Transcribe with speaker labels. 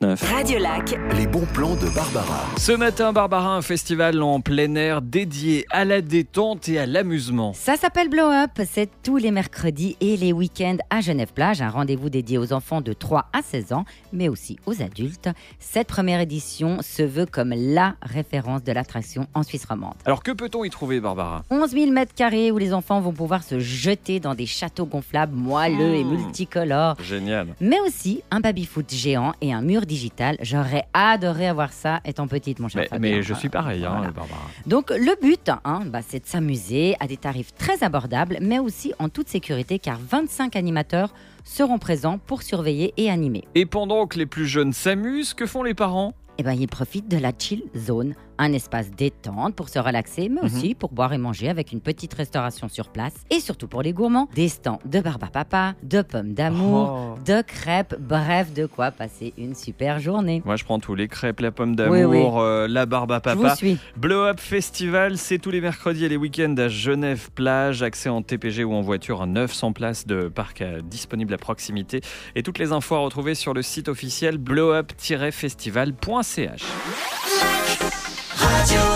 Speaker 1: 39.
Speaker 2: Radio Lac,
Speaker 3: Les bons plans de Barbara.
Speaker 1: Ce matin, Barbara, un festival en plein air dédié à la détente et à l'amusement.
Speaker 4: Ça s'appelle Blow Up, c'est tous les mercredis et les week-ends à Genève-Plage, un rendez-vous dédié aux enfants de 3 à 16 ans, mais aussi aux adultes. Cette première édition se veut comme la référence de l'attraction en Suisse romande.
Speaker 1: Alors que peut-on y trouver, Barbara
Speaker 4: 11 000 mètres carrés où les enfants vont pouvoir se jeter dans des châteaux gonflables moelleux et
Speaker 1: Mmh.
Speaker 4: multicolores,
Speaker 1: Génial.
Speaker 4: mais aussi un baby-foot géant et un mur digital. J'aurais adoré avoir ça étant petite, mon cher
Speaker 1: Mais,
Speaker 4: Bah, Fabien.
Speaker 1: mais je suis pareil, hein,
Speaker 4: Voilà.
Speaker 1: Barbara.
Speaker 4: Donc le but, hein, bah, c'est de s'amuser à des tarifs très abordables, mais aussi en toute sécurité, car 25 animateurs seront présents pour surveiller et animer.
Speaker 1: Et pendant que les plus jeunes s'amusent, que font les parents
Speaker 4: Et ben ils profitent de la chill zone, un espace détente pour se relaxer,
Speaker 1: Mhm.
Speaker 4: mais aussi pour boire et manger avec une petite restauration sur place, et surtout pour les gourmands, des stands de barba papa, de pommes
Speaker 1: Oh.
Speaker 4: d'amour, de crêpes, bref, de quoi passer une super journée.
Speaker 1: Moi, je prends tous les crêpes, la pomme
Speaker 4: Oui,
Speaker 1: d'amour, euh, la barbe à
Speaker 4: Je vous
Speaker 1: papa.
Speaker 4: suis.
Speaker 1: Blow Up Festival, c'est tous les mercredis et les week-ends à Genève Plage. Accès en TPG ou en voiture à 900 places de parc euh, disponibles à proximité. Et toutes les infos à retrouver sur le site officiel blowup-festival.ch.
Speaker 2: Radio